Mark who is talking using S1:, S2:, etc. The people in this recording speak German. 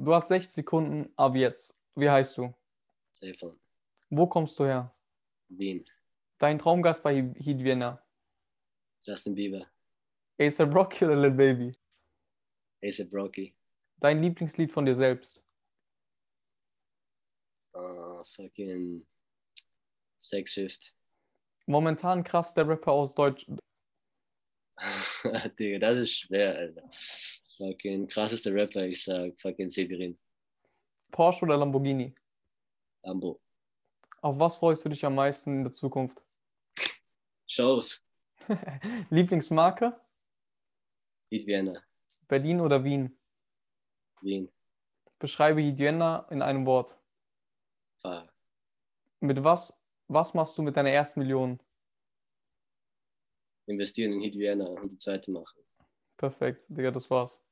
S1: Du hast 60 Sekunden ab jetzt. Wie heißt du?
S2: Stefan,
S1: Wo kommst du her?
S2: Wien,
S1: Dein Traumgast bei Hi- Heat Vienna.
S2: Justin Bieber,
S1: Acer Rocky oder Lil Baby?
S2: Ace Rocky.
S1: Dein Lieblingslied von dir selbst.
S2: Uh, fucking Sex Shift.
S1: Momentan krass der Rapper aus Deutsch.
S2: Digga, das ist schwer, Alter. Fucking krassester Rapper, ich sag fucking Severin.
S1: Porsche oder Lamborghini?
S2: Ambo.
S1: Auf was freust du dich am meisten in der Zukunft?
S2: Shows.
S1: Lieblingsmarke?
S2: Heat Vienna.
S1: Berlin oder Wien?
S2: Wien.
S1: Beschreibe Heat Vienna in einem Wort.
S2: Fahr.
S1: Mit was, was machst du mit deiner ersten Million?
S2: Investieren in Heat Vienna und die zweite machen.
S1: Perfekt, Digga, das war's.